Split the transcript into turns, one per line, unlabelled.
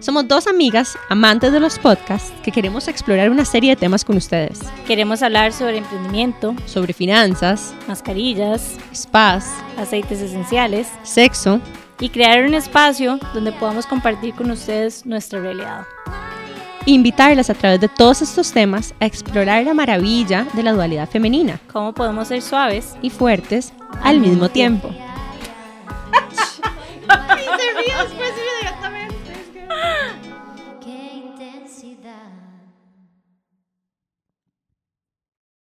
Somos dos amigas, amantes de los podcasts, que queremos explorar una serie de temas con ustedes.
Queremos hablar sobre emprendimiento,
Sobre finanzas,
mascarillas,
spas,
aceites esenciales
sexo,
y crear un espacio donde podamos compartir con ustedes nuestra realidad.
e invitarlas a través de todos estos temas a explorar la maravilla de la dualidad femenina
Cómo podemos ser suaves
y fuertes al mismo tiempo.